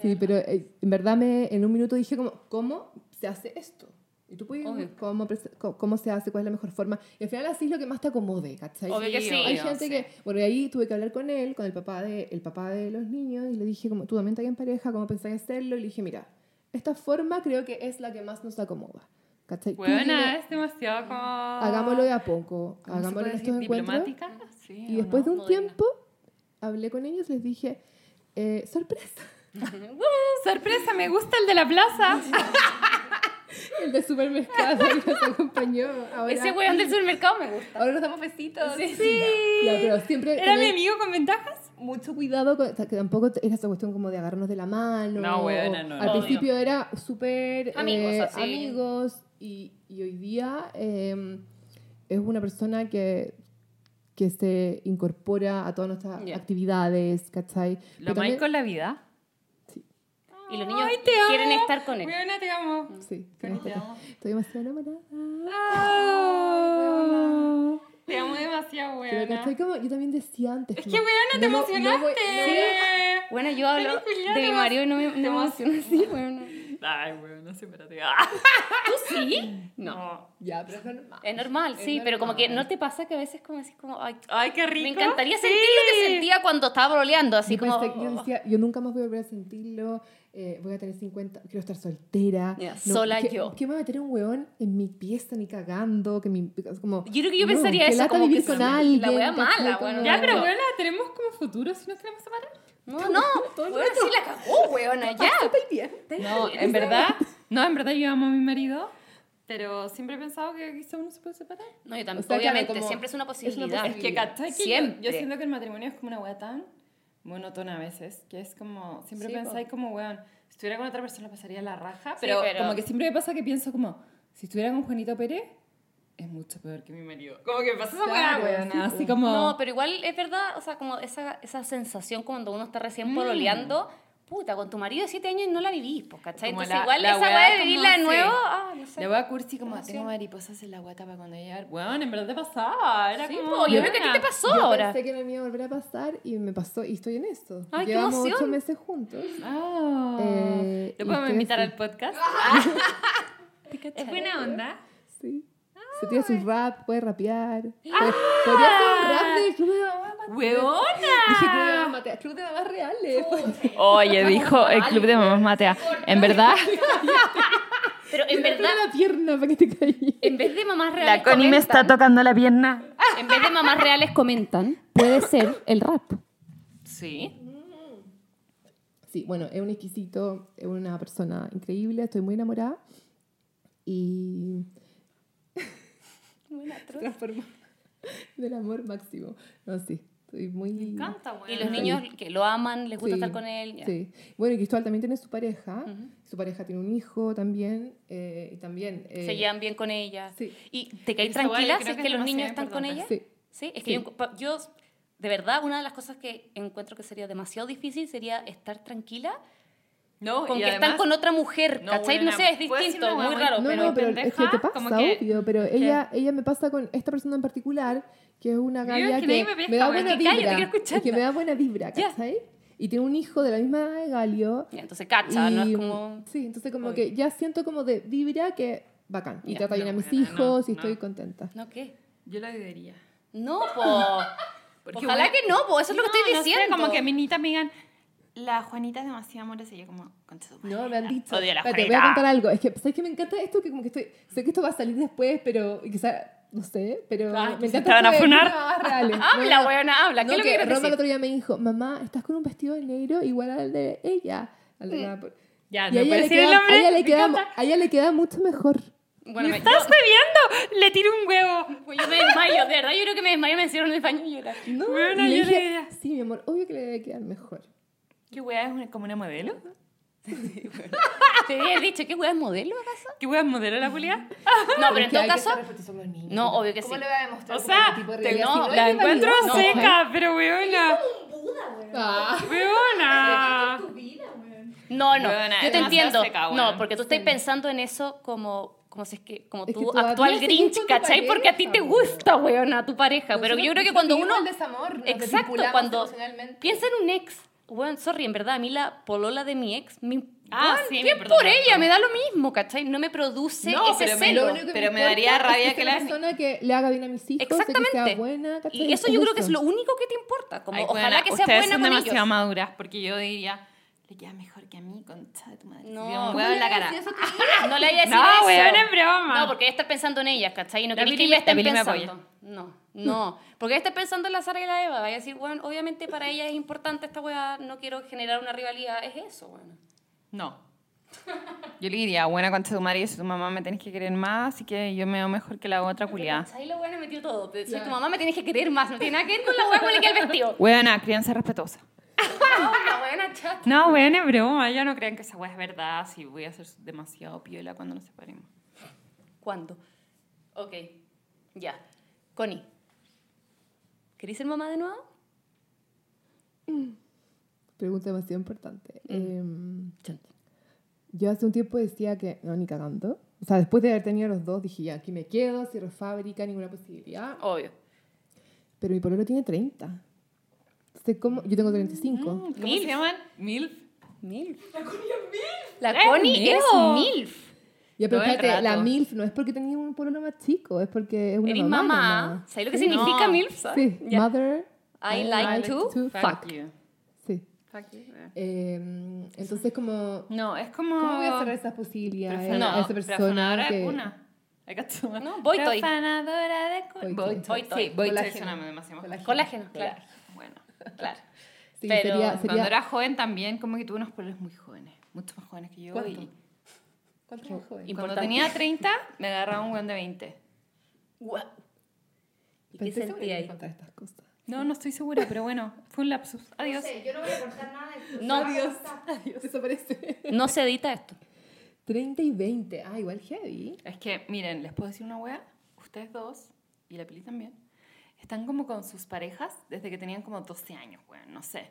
Sí, pero eh, en verdad me, en un minuto dije como, ¿cómo se hace esto? Y tú puedes
Obvio.
cómo, prese- co- cómo se hace, cuál es la mejor forma. Y al final así es lo que más te acomode, ¿cachai?
Obvio que sí.
Hay
Yo
gente que, bueno, y ahí tuve que hablar con él, con el papá de, el papá de los niños, y le dije, como, tú también estás en pareja, ¿cómo pensás hacerlo? Y le dije, mira, esta forma creo que es la que más nos acomoda. ¿Cachai? Tú
Buena,
dime,
es demasiado como...
hagámoslo de a poco,
¿Cómo se
hagámoslo
puede
en
decir?
estos encuentros.
¿Diplomática? Sí,
Y
¿o
después
no?
de un
Moderna.
tiempo, hablé con ellos, les dije, eh, sorpresa,
¡Sorpresa! ¡Me gusta el de la plaza!
el de supermercado que nos acompañó. Ahora,
Ese weón del supermercado me gusta.
ahora nos damos besitos.
Sí.
Ya, pero siempre
¿Era mi
tener
amigo con ventajas?
mucho cuidado, con, o sea, que tampoco era esa cuestión como de agarrarnos de la mano.
No, weona,
o-
no,
Al
no.
principio era súper
Amigos,
eh,
así.
amigos y, y hoy día eh, es una persona que que se incorpora a todas nuestras
Ya.
actividades, ¿cachai?
Lo
Pero también-
amáis con la vida.
Y los niños
Ay, te amo.
quieren estar con él.
Buena, te amo.
Sí, estoy demasiado enamorada.
Te amo demasiado,
Pero
weona.
¿cachai? Como, Ah. yo también decía antes.
Es
como,
que, weona, te
no lo-
emocionaste.
no voy-
Bueno, yo hablo
Feliz Julián,
de
te
mi
vas-
marido y no me, no
te
me
vas-
emociono así, weón.
Ay, weona, sí, espérate. Ah.
¿Tú sí? No.
Ya, pero es normal.
Es normal, sí, pero como que no te pasa que a veces como decís como, ay,
Ay, qué rico.
me encantaría
Sí.
sentir lo que sentía cuando estaba broleando, así
yo,
como... oh,
pensé- Pues, yo decía, yo nunca más voy a volver a sentirlo, eh, voy a tener 50, quiero estar soltera.
Ya, sola
¿qué-
yo.
¿Qué me va a meter un hueón en mi pieza ni cagando? Que mi, como,
Yo creo que yo
no,
pensaría
qué
eso,
lata
como
vivir
que
con
sí, la
alguien. ¿cachai?
wea mala,
Como-
bueno,
Ya, pero, weona, tenemos como futuro si nos queremos separar.
No, no, weón, sí la cagó, weona, ya.
No, en verdad, no, en verdad yo amo a mi marido, pero siempre he pensado que quizá uno se puede separar.
No, yo también,
O sea, claro,
obviamente,
como-
siempre es una
una
posibilidad.
posibilidad.
Es que, ¿cachai? Que yo-
Siempre.
Yo, siento que el matrimonio es como una wea tan monótona a veces, que es como, siempre
Sí,
pensáis como, weón, si estuviera con otra persona pasaría la raja,
Sí,
pero,
pero-
como que siempre me pasa que pienso como, si estuviera con Juanito Pérez, es mucho peor que mi marido. Como que me pasa esa wea,
Claro,
weona,
sí,
así
pues.
como...
No, pero igual es verdad, o sea, como esa, esa sensación cuando uno está
Mm.
recién pololeando, puta, con tu marido de 7 años no la vivís, pues, ¿cachai?
Como
Entonces
la-
igual
la
esa
weá
weá de
como,
vivirla de
sí.
nuevo, ah, no sé.
Le voy a cursi como,
Emoción.
tengo mariposas en la guata para cuando llegar. Weón, en verdad te pasaba. Era
Sí,
como,
po, yo creo que a ti te
weona.
pasó
Yo
ahora.
pensé que no me iba a volver a pasar y me pasó, y estoy en esto.
Ay, qué
Llevamos ocho
emoción.
meses juntos.
Ah.
Eh,
¿Lo
y
podemos
estoy
invitar
así.
al podcast? es buena onda.
Sí. Se tira su rap, puede rapear.
Ah.
Puede- Podría hacer un rap de Club de Mamá. Dije Club de
¡Hueona!
Mamá, Club de Mamás reales.
Oye, dijo el club de mamás Matea. En verdad,
Pero en
Te
verdad,
toca la pierna para que te caigas.
en vez de mamás reales.
la Connie me está
comentan-
tocando la pierna.
En vez de mamás reales comentan, puede ser el rap.
Sí.
Sí, bueno, es un exquisito, es una persona increíble, estoy muy enamorada. Y. Se transformó del amor máximo. No, sí, estoy muy. Me
Ah,
Y los niños que lo aman, les gusta
Sí,
estar con él. ya.
Sí. Bueno, y Cristóbal también tiene su pareja. Su pareja tiene un hijo también. eh, y también. eh,
Se llevan bien con ella.
Sí.
¿Y te caes
Esa weá yo
tranquila
creo
si es
que
que
es
los niños
demasiado
están con ella?
importante.
Sí.
Sí, es que
Sí.
yo, pa- yo, de verdad, una de las cosas que encuentro que sería demasiado difícil sería estar tranquila
No, Oh, y
con que
además-
están con otra mujer,
No,
¿cachai? No
buena.
sé,
Puede
es
ser
distinto,
una
muy
buena-
raro,
No,
pero...
no, pero es que
pendeja,
te
como
pasa,
que-
obvio. Pero ella, ella me pasa con. Esta persona en particular que es una
Mira, es
galla que,
que nadie me pesca,
me da
weón,
buena
que cállate,
vibra.
quiero escucharla.
es que me da buena vibra,
Ya.
¿cachai? Y tiene un hijo de la misma edad de Galio.
Ya, entonces cacha, no
y-
es como...
Sí, entonces como
Obvio.
que ya siento como de vibra que bacán. Y
Ya,
trata bien
no,
a mis
no, no,
hijos y
no.
estoy contenta.
¿No qué?
Yo la dudaría.
No, po.
Porque
Ojalá
bueno-
que no, po. Eso es lo que estoy diciendo.
No sé, como que a mi niñita me digan, la Juanita es demasiado amorosa. Y yo como, concha su madre.
No, me han dicho.
Odio a la
Espérate, voy a
Juanita.
contar algo. Es que, ¿sabes que Me encanta esto que como que estoy... Sé que esto va a salir después, pero quizá... No sé, pero
Ah,
me
se
encanta
te van a
esto de
funar.
mamás reales.
Habla,
No,
weona, habla. ¿Qué
no,
es lo que
que
quieres
Roma el
decir?
otro día me dijo, mamá, estás con un vestido de negro igual al de ella. Al de la-
Ya,
Y
Mm. Ah, no
a ella,
puedo
le
decir el
queda, a
nombre.
ella le
me
queda-
encanta.
a ella le queda mucho mejor.
Bueno,
¡Me
me,
estás bebiendo! Le tiro un huevo.
yo, yo me desmayo, de verdad. Yo creo que me desmayo, me hicieron el baño y llorar.
No,
Bueno,
y le
yo
dije,
le-
sí, mi amor, obvio que le debe quedar mejor.
¿Qué hueá es una- como una modelo?
Te había dicho, ¿qué weá es modelo acaso?
¿Qué hueá es modelo la polía?
No, pero en todo caso.
No,
No, obvio que sí.
¿Cómo le voy a demostrar?
O
como
sea,
un tipo de
te-
realidad
no,
así?
la
Ay, me
encuentro
validó.
seca, pero weona.
Un Buda, weón.
Ah.
¡Weona!
Es tu vida, weón.
No, no,
Weona,
yo te
demasiado
entiendo.
seca, weona.
no, porque tú estás pensando en eso como, como si es que, como
Es que
tu
todavía
actual
seguís
Grinch,
con tu
¿cachai? porque a ti te
pareja,
gusta, weón, a tu pareja. Pero yo creo que cuando uno. Exacto, cuando piensa en un ex, weón, sorry, en verdad, a mí la polola de mi ex, me,
Ah,
weón,
sí, me
bien
importa
por
un
ella,
montón.
me da lo mismo, ¿cachai? No me produce
No,
ese
pero me
celo.
lo- Pero me daría rabia que la-
la persona que le haga bien a mis hijos, sé que sea
Exactamente.
buena, ¿cachai?
Y eso yo creo que es lo único que te importa. Como,
Ay,
ojalá
weona,
que sea
ustedes
buena
son
con
demasiado
ellos.
maduras, porque yo diría, le queda mejor que a mí, concha de tu madre.
No.
No. un
¿Cómo
huevo en la cara.
No le vayas a decir
No,
eso.
weón, es broma.
No, porque ella está pensando en ellas, ¿cachai? Y no
La
querés que
Pili
ella
me-
esté
la Pili me
pensando. No, no. Porque ella está pensando en la Sara y la Eva. Vaya a decir, bueno, obviamente para ella es importante esta weá, no quiero generar una rivalidad. Es eso, bueno.
No. Yo le diría, buena concha de tu madre, yo soy tu mamá, me tenés que querer más, así que yo me veo mejor que la otra culiada.
Ahí la weá me metió todo. Soy tu mamá, me tienes que querer más. No tiene nada que ver con la weá con la que el vestido.
Weona, crianza respetuosa.
No, la weá chata.
No, weón, es broma, ya no crean que esa weá es verdad, si voy a ser demasiado piola cuando nos separemos.
¿Cuándo? Ok, ya. Connie, ¿querés ser mamá de nuevo?
Pregunta demasiado importante. Eh, yo hace un tiempo decía que, no, ni cagando. O sea, después de haber tenido los dos, dije, ya, aquí me quedo, cierro fábrica, ninguna posibilidad.
Obvio.
Pero mi pololo tiene 30. Entonces, ¿cómo? Yo tengo 35.
¿Cómo
Milf.
se llaman? Milf.
MILF. La
Es
Connie es
mío.
MILF.
Ya, pero
Todo el
espérate, la
rato.
MILF no es porque tenía un pololo más chico, es porque es una
Eres
mamá.
mamá.
nomás.
¿Sabes lo que significa
No.
MILF? ¿sabes?
Sí,
Ya.
mother. Eh,
I like to.
fuck.
you.
Sí.
Fuck you, weón.
Eh, entonces, como,
No, es como...
¿cómo voy a cerrar esas posibilidades
Profana-
a esa persona
profanadora de
que...
cuna. Ay, cacho.
No, boitoy.
Profanadora de cuna.
Boitoy.
Sí,
Boitoy.
boitoy
Colágeno.
suena demasiado mejor.
Colágeno, claro.
Bueno, claro.
Sí,
Pero
sería,
cuando
sería...
Cuando era joven también, como que tuve unos polos muy jóvenes. Mucho más jóvenes que yo.
¿Cuánto?
Y
¿Cuánto es joven?
Y-
cuando
Importante.
tenía 30, me agarraba un weón de 20.
Guau. ¿Y qué
Pensé que
sentí
me iba a
ahí?
encontrar estas cosas.
No, no estoy segura, pero bueno, fue un lapsus. Adiós.
No sé, yo no voy a cortar nada de esto.
No,
Se va a
Dios.
cortar.
Desaparece.
No se edita esto.
30 y 20. Ah, igual heavy.
Es que, miren, les puedo decir una wea. Ustedes dos, y la Pili también, están como con sus parejas desde que tenían como 12 años, weón. No sé.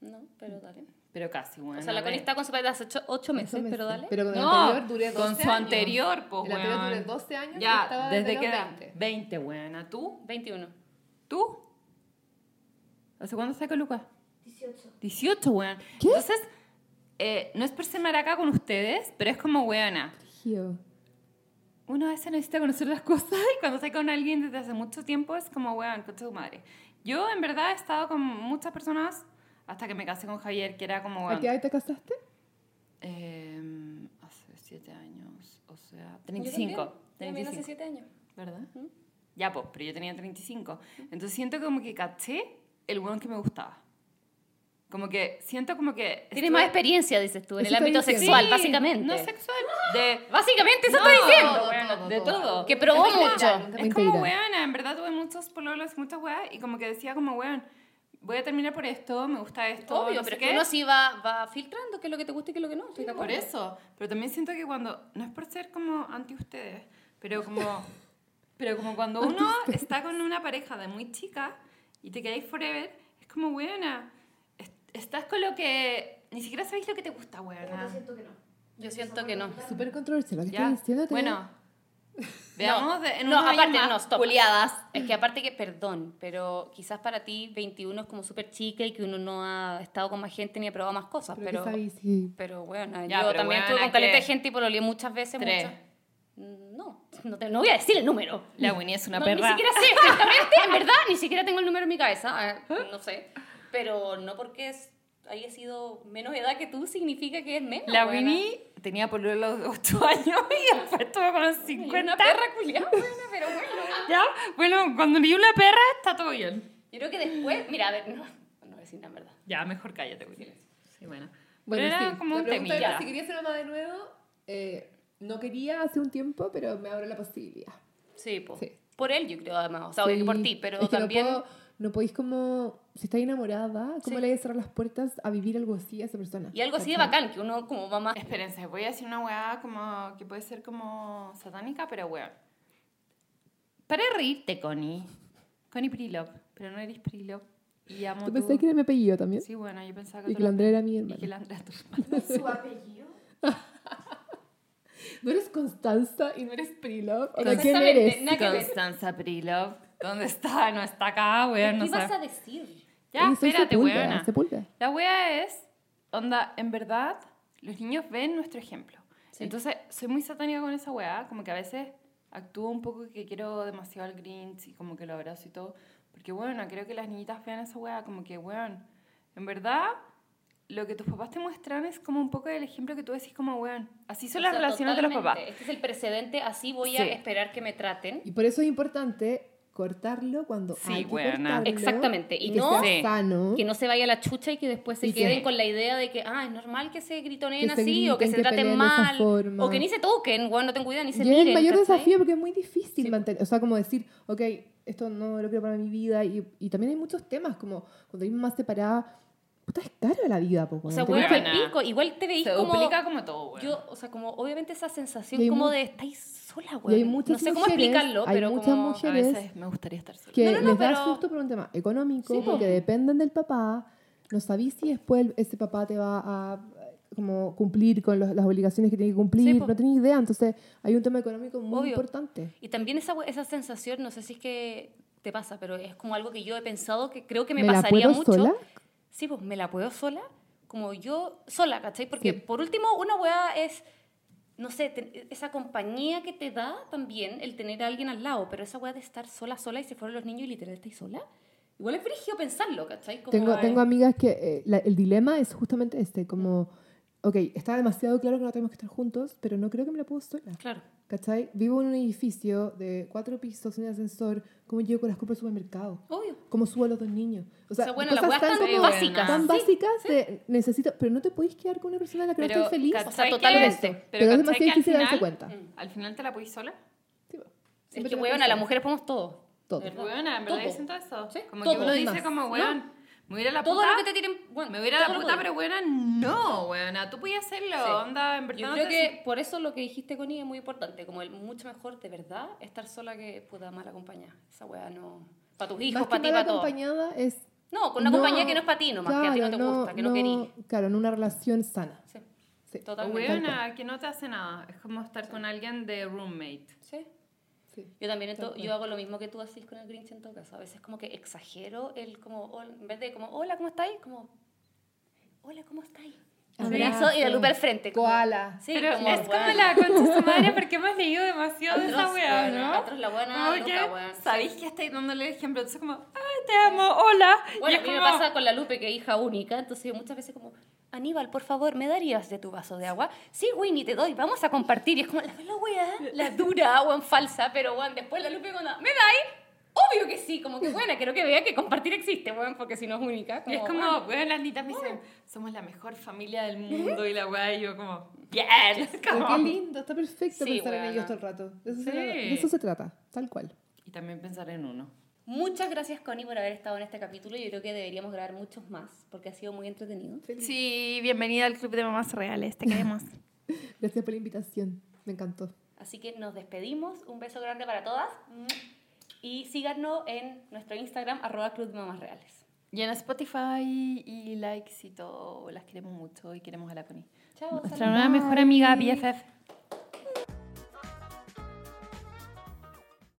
No, pero dale.
Pero casi, weón.
O sea, la Connie está con su padre hace ocho, ocho meses,
meses.
pero dale.
Pero con el
No,
anterior duré 12
con su
años.
anterior, pues,
El anterior
weón.
duré 12 años y
Ya,
estaba
¿desde
desde
qué
los
edad?
20.
20, buena. ¿Tú?
21.
¿Tú? ¿Hace cuándo está con Lucas?
18.
18, weón.
¿Qué?
Entonces, eh, no es por ser maraca con ustedes, pero es como, weona,
Gio.
uno a veces necesita conocer las cosas y cuando está con alguien desde hace mucho tiempo es como, weón, concha tu madre. Yo, en verdad, he estado con muchas personas hasta que me casé con Javier, que era como,
¿A
weón,
qué edad te casaste?
em, hace 7 años, o sea, 35.
También hace
35.
7 años.
¿Verdad? Ya, pues, pero yo tenía 35. Entonces siento como que caché el weón que me gustaba. Como que siento como que.
Tienes
estuve-
más experiencia, dices tú, en
Eso
el ámbito
estoy
Sí,
diciendo.
sexual, básicamente.
No sexual. De.
Básicamente, eso
No,
estoy diciendo.
todo,
todo,
de
todo.
todo.
Que probó mucho.
Completamente
Es como
irán.
weona, en verdad tuve muchos pololos, muchas weas, y como que decía como weón, voy a terminar por esto, me gusta esto.
Obvio,
no sé
pero es
qué.
que uno sí va, va filtrando qué es lo que te gusta y qué es lo que no. estoy de
Por
acuerdo.
eso. Pero también siento que cuando. No es por ser como anti ustedes, pero como. pero como cuando uno está con una pareja de muy chica y te quedáis forever, es como, buena. Estás con lo que. Ni siquiera sabéis lo que te gusta,
Pero
buena.
siento que no.
Yo siento que no.
Súper controversial lo que
Ya.
estás diciendo. te-
Bueno. Veamos de- en
no,
unos años
aparte,
más,
no, stop.
Culeadas.
Es que aparte que, perdón, pero quizás para ti 21 es como súper chica y que uno no ha estado con más gente ni ha probado más cosas,
Pero,
pero...
que sabéis, sí.
Pero bueno,
Ya,
yo
pero
también
weona,
estuve con caleta
que-
de gente y pololeé muchas veces.
Tres.
Muchas. No, no, te- no voy a decir el número.
La Winnie es una
no,
perra.
Ni siquiera sé, exactamente, en verdad, ni siquiera tengo el número en mi cabeza, eh, no sé. Pero no porque es- haya sido menos edad que tú significa que es menos.
La
weona.
Winnie tenía por a los 8 años y después estuvo con los
Soy
50.
Una perra culiada, buena, pero bueno.
Ya, bueno, cuando vi una perra está todo bien.
Yo creo que después, mira, a ver, no, no voy a decir nada, en verdad.
Ya, mejor cállate, Winnie. Sí, bueno.
Bueno,
Pero era
sí.
como
La
un
pregunta
temilla.
era si quería ser mamá de nuevo, eh, no quería hace un tiempo, pero me abrió la posibilidad.
Sí, po.
Sí.
por él yo creo además, o sea,
Sí.
obvio que por ti, pero
Es que no
también...
puedo- No, podéis como, si estáis enamorada, ¿cómo le vais a cerrar las puertas a vivir algo así a esa persona?
Y algo así de
¿Cachai?
bacán, que uno como mamá...
Espérense, voy a decir una weá como que puede ser como satánica, pero weón. Para de reírte, Connie. Connie Prilop, pero no eres Prilop. Y amo
¿Tú
tu-
pensabas que era mi apellido también?
Sí, bueno, yo pensaba que...
y
tú
que la
lo-
Andrea era mi
Y que
hermana.
la Andrea es tu hermana.
¿Su apellido?
No eres Constanza y no eres Prilov. ¿O sea, quién
Exactamente,
eres?
nada que ver.
Constanza Prilop. ¿Dónde está? No está acá, weón. No
¿Qué vas
sé.
a decir?
Ya,
Eres- soy
espérate,
Sepúlveda,
weona.
Sepúlveda.
La wea es, onda, en verdad, los niños ven nuestro ejemplo. Entonces, soy muy satánica con esa wea, como que a veces actúo un poco que quiero demasiado al Grinch y como que lo abrazo y todo. Porque, bueno, creo que las niñitas vean esa wea como que, weón, en verdad, lo que tus papás te muestran es como un poco el ejemplo que tú decís como, weón, así son
O
las
sea,
relaciones de los papás.
totalmente. Este es el precedente, así voy a
Sí.
esperar que me traten.
Y por eso es importante cortarlo cuando
Sí,
hay que
weona.
cortarlo.
Exactamente. Y
que
no-
sea
Sí.
sano.
Que no se vaya la chucha y que después se
¿Mm? Y que-
queden con la idea de que, ah, es normal que se gritoneen
Que se
así, o que
griten,
se
que
traten
peleen de esa
mal,
forma.
o que ni se toquen, bueno, no tengo idea, ni se
y es
miren.
el mayor
¿cachai?
desafío porque es muy difícil mantener, o sea, como decir, ok, esto no lo quiero para mi vida. Y, y también hay muchos temas, como cuando hay más separada, puta, es cara la vida, poco.
O sea, bueno,
Weona.
al pico, igual te veis
Se
como...
duplica como todo, weón.
Yo, o sea, como obviamente esa
Y
sensación
hay
como
mu-
de estáis sola,
y
güey.
hay muchas
No sé cómo
mujeres,
explicarlo,
hay
pero
muchas
como...
a
mujeres
veces me gustaría estar sola.
que
No, no, no,
les da
pero-
susto por un tema económico,
Sí,
porque
po.
dependen del papá, no sabís si después el- ese papá te va a eh, como cumplir con los- las obligaciones que tiene que cumplir,
Sí, po.
no tenés idea, entonces hay un tema económico muy
Obvio.
importante.
Y también esa, esa sensación, no sé si es que te pasa, pero es como algo que yo he pensado que creo que me,
¿Me la
pasaría
puedo
mucho.
sola?
Sí, pues me la puedo sola, como yo sola, ¿cachai? Porque
Sí.
por último, una weá es, no sé, te- esa compañía que te da también el tener a alguien al lado, pero esa weá de estar sola, sola y se fueron los niños y literal estáis sola. Igual es frigio pensarlo, ¿cachai? Como,
Tengo,
ay,
tengo amigas que eh, la- el dilema es justamente este, como, ok, está demasiado claro que no tenemos que estar juntos, pero no creo que me la puedo sola.
Claro.
¿Cachai? Vivo en un edificio de cuatro pisos sin ascensor, como llego con las compras al supermercado.
Obvio.
cómo subo a los dos niños. O sea,
sea, bueno, las
cosas
weas
tan,
tan
como-
básicas.
tan
Sí,
básicas de necesito, pero no te podéis quedar con una persona a la que no estás feliz.
O sea,
¿cachai que-
totalmente.
Pero,
Pero es
¿cachai
demasiado
que al
difícil darse
final-
cuenta.
Mm. Al final te la podís sola.
Sí, bueno.
Es
Siempre
que,
te
weón, a
pensé.
las mujeres podemos todo.
Todo.
¿Verdad?
Weona, en verdad
Todo.
dicen todo eso.
Sí,
Como
todo.
que uno dice
Más.
como, weón, me hubiera la
Todo
puta.
lo que te tiren... bueno,
Me hubiera la
todo lo
puta,
que-
pero weona, no, weona. Tú podías hacerlo,
Sí.
onda, en verdad.
Yo
no
creo
te
que
sent-
por eso lo que dijiste, Connie, es muy importante. Como el mucho mejor, de verdad, estar sola que puta mal acompañada. Esa weá no. Para tus hijos,
Más que
para ti,
mal
para todo.
acompañada es...
No, con una
no,
compañía que no es para ti nomás, que a ti no te
claro,
gusta, que no, querís.
Claro, en una relación sana.
Sí,
Sí.
totalmente.
Tal cual.
Weona, que no te hace nada. Es como estar con alguien de roommate.
Sí.
Sí.
Yo también en to-
Tal cual.
yo hago lo mismo que tú haces con el Grinch en todo caso. A veces como que exagero el como, hol- en vez de como, hola, ¿cómo estáis? Como, hola, ¿cómo estáis? Abrazo y la lupa al frente. como-
Koala.
Sí,
pero
como,
es como
weón.
la concha de su madre porque hemos leído demasiado de esa
Atroz,
weá,
weona,
¿no?
atroz la buena
Como
loca,
que
weón.
Sabéis que estáis dándole el ejemplo. Entonces como, ay, te amo, hola. Y
Bueno,
es
a mí me
como-
pasa con la Lupe, que es hija única, entonces yo muchas veces como, Aníbal, por favor, ¿me darías de tu vaso de agua? Sí, Winnie, te doy, vamos a compartir. Y es como, la, la weá, la dura, weón, falsa, pero weón, después la Lupe cuando, ¿me dais? Obvio que sí, como que bueno, quiero que vea que compartir existe, weón, porque si no es única.
Y es
weón.
como, weón, las nitas me dicen, somos la mejor familia del mundo y la weá, y yo como, bien, es
Pero
como-
qué lindo, está perfecto
Sí,
pensar en
weona.
ellos todo el rato. De eso,
Sí.
se trata, de eso se trata, tal cual.
Y también pensar en uno.
Muchas gracias, Connie, por haber estado en este capítulo. Yo creo que deberíamos grabar muchos más, porque ha sido muy entretenido.
Sí, bienvenida al Club de Mamás Reales, te queremos.
Gracias por la invitación, me encantó.
Así que nos despedimos. Un beso grande para todas. Y síganos en nuestro Instagram, arroba Club Mamás Reales.
y en Spotify y likes y todo, las queremos mucho y queremos a la Connie.
Chao,
Nuestra
saludos.
nueva mejor amiga, BFF.